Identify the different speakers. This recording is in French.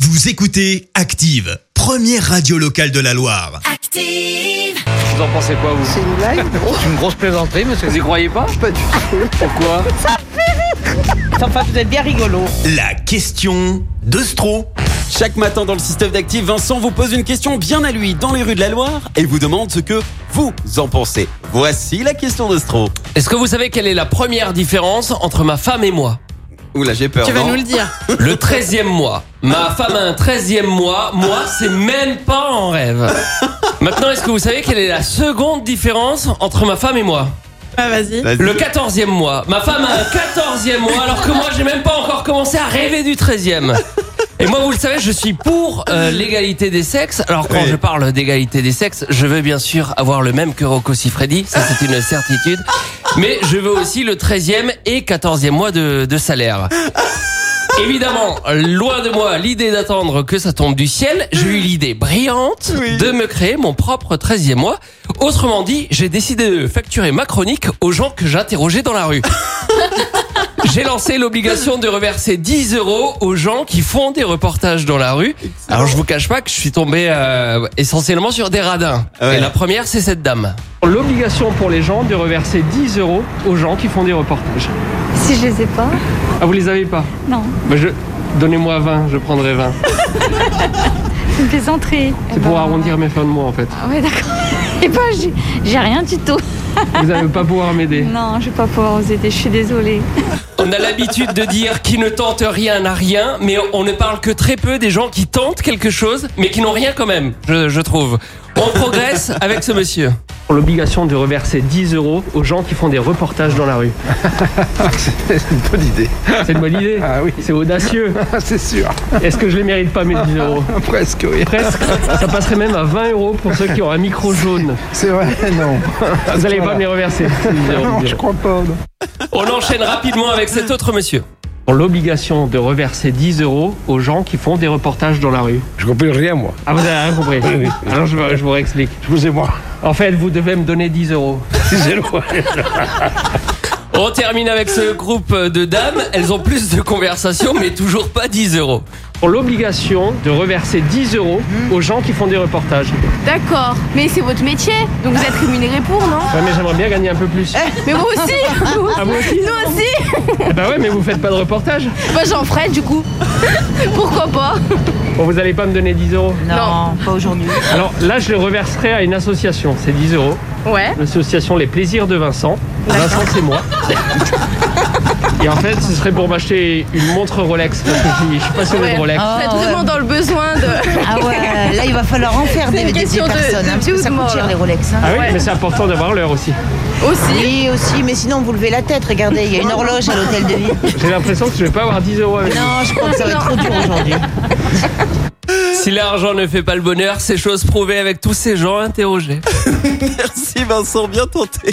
Speaker 1: Vous écoutez Active, première radio locale de la Loire.
Speaker 2: Active.
Speaker 3: Vous en pensez quoi, vous
Speaker 4: C'est une blague
Speaker 3: C'est une grosse plaisanterie, monsieur. Vous y croyez pas
Speaker 4: Pas du tout.
Speaker 3: Pourquoi
Speaker 4: Enfin, vous êtes bien rigolo.
Speaker 1: La question de Stro.
Speaker 5: Chaque matin dans le système d'actifs, Vincent vous pose une question bien à lui dans les rues de la Loire et vous demande ce que vous en pensez. Voici la question de Stro.
Speaker 6: Est-ce que vous savez quelle est la première différence entre ma femme et moi
Speaker 5: Oula, j'ai peur.
Speaker 7: Tu vas
Speaker 5: non
Speaker 7: nous le dire.
Speaker 6: Le 13e mois. Ma femme a un 13e mois, moi c'est même pas en rêve. Maintenant, est-ce que vous savez quelle est la seconde différence entre ma femme et moi
Speaker 7: Ah, vas-y.
Speaker 5: Vas-y.
Speaker 6: Le 14e mois. Ma femme a un 14e mois alors que moi j'ai même pas encore commencé à rêver du 13e. Et moi, vous le savez, je suis pour euh, l'égalité des sexes. Alors quand
Speaker 5: Oui.
Speaker 6: je parle d'égalité des sexes, je veux bien sûr avoir le même que Rocco Siffredi, ça c'est une certitude. Mais je veux aussi le 13e et 14e mois de, de salaire. Évidemment, loin de moi l'idée d'attendre que ça tombe du ciel, j'ai eu l'idée brillante de me créer mon propre 13e mois. Autrement dit, j'ai décidé de facturer ma chronique aux gens que j'interrogeais dans la rue. J'ai lancé l'obligation de reverser 10 euros aux gens qui font des reportages dans la rue. Alors je vous cache pas que je suis tombé euh, essentiellement sur des radins.
Speaker 5: Ouais.
Speaker 6: Et la première, c'est cette dame.
Speaker 3: L'obligation pour les gens de reverser 10 euros aux gens qui font des reportages.
Speaker 8: Si je les ai pas,
Speaker 3: Ah, vous les avez pas
Speaker 8: non,
Speaker 3: Bah, je... Donnez-moi 20, je prendrai 20.
Speaker 8: c'est une plaisanterie. Ben,
Speaker 3: C'est pour arrondir mes fins de mois, en fait.
Speaker 8: Ouais, d'accord. Et ben, j'ai- j'ai rien du tout.
Speaker 3: Vous n'allez pas pouvoir m'aider.
Speaker 8: Non, je vais pas pouvoir vous aider, je suis désolée.
Speaker 6: On a l'habitude de dire qui ne tente rien n'a rien, mais on ne parle que très peu des gens qui tentent quelque chose, mais qui n'ont rien quand même, je, je trouve. On progresse avec ce monsieur.
Speaker 3: Pour l'obligation de reverser 10 euros aux gens qui font des reportages dans la rue. c'est une bonne idée. C'est une bonne idée Ah oui. C'est audacieux. c'est sûr. Est-ce que je les mérite pas, mes 10 euros
Speaker 9: Presque, oui.
Speaker 3: Presque. Ça passerait même à 20 euros pour ceux qui ont un micro jaune.
Speaker 9: C'est vrai, non.
Speaker 3: Vous n'allez pas me les reverser. ces 10 euros,
Speaker 9: Non,
Speaker 3: bien.
Speaker 9: je crois pas. non.
Speaker 6: On enchaîne rapidement avec cet autre monsieur.
Speaker 3: Pour l'obligation de reverser 10 euros aux gens qui font des reportages dans la rue.
Speaker 9: Je comprends rien, moi.
Speaker 3: Ah, vous avez rien compris. Alors je, vous- je vous réexplique.
Speaker 9: Je vous et moi.
Speaker 3: En fait, vous devez me donner 10 euros.
Speaker 9: C'est loin.
Speaker 6: On termine avec ce groupe de dames. Elles ont plus de conversations, mais toujours pas 10 euros.
Speaker 3: Pour l'obligation de reverser 10 euros aux gens qui font des reportages.
Speaker 10: D'accord, mais c'est votre métier, donc vous êtes rémunéré pour, non Eh,
Speaker 3: Ouais, mais j'aimerais bien gagner un peu plus.
Speaker 10: Mais vous aussi
Speaker 3: Ah, vous aussi
Speaker 10: Nous aussi
Speaker 3: Eh Bah ouais, mais vous faites pas de reportage.
Speaker 10: Bah j'en ferai du coup. Pourquoi pas
Speaker 3: Bon, vous allez pas me donner 10 euros.
Speaker 10: Non.
Speaker 7: pas
Speaker 4: Oh,
Speaker 7: aujourd'hui.
Speaker 3: Alors là, je les reverserai à une association. C'est 10 euros.
Speaker 10: Ouais.
Speaker 3: L'association Les Plaisirs de Vincent. Vincent, c'est moi. Et en fait, ce serait pour m'acheter une montre Rolex. Parce que je suis- je suis passionné
Speaker 10: Ouais. Ah
Speaker 3: de Rolex.
Speaker 10: Vous êtes vraiment dans le besoin de...
Speaker 4: Ah ouais, là, il va falloir en faire
Speaker 10: C'est
Speaker 4: des,
Speaker 10: une
Speaker 4: des- des
Speaker 10: question de-
Speaker 4: personnes.
Speaker 10: de
Speaker 4: hein, parce que ça
Speaker 10: dude,
Speaker 4: coûte
Speaker 10: moi.
Speaker 4: cher, les Rolex. hein.
Speaker 3: Ah oui,
Speaker 10: Ouais.
Speaker 3: mais c'est important d'avoir l'heure aussi.
Speaker 10: Aussi
Speaker 4: Oui, aussi, mais sinon, vous levez la tête. Regardez, il y a une horloge à l'hôtel de ville.
Speaker 3: J'ai l'impression que je vais pas avoir 10 euros avec vous.
Speaker 4: Non, je crois que ça va être trop dur aujourd'hui.
Speaker 6: Si l'argent ne fait pas le bonheur, c'est chose prouvée avec tous ces gens interrogés.
Speaker 5: Merci Vincent, bien tenté.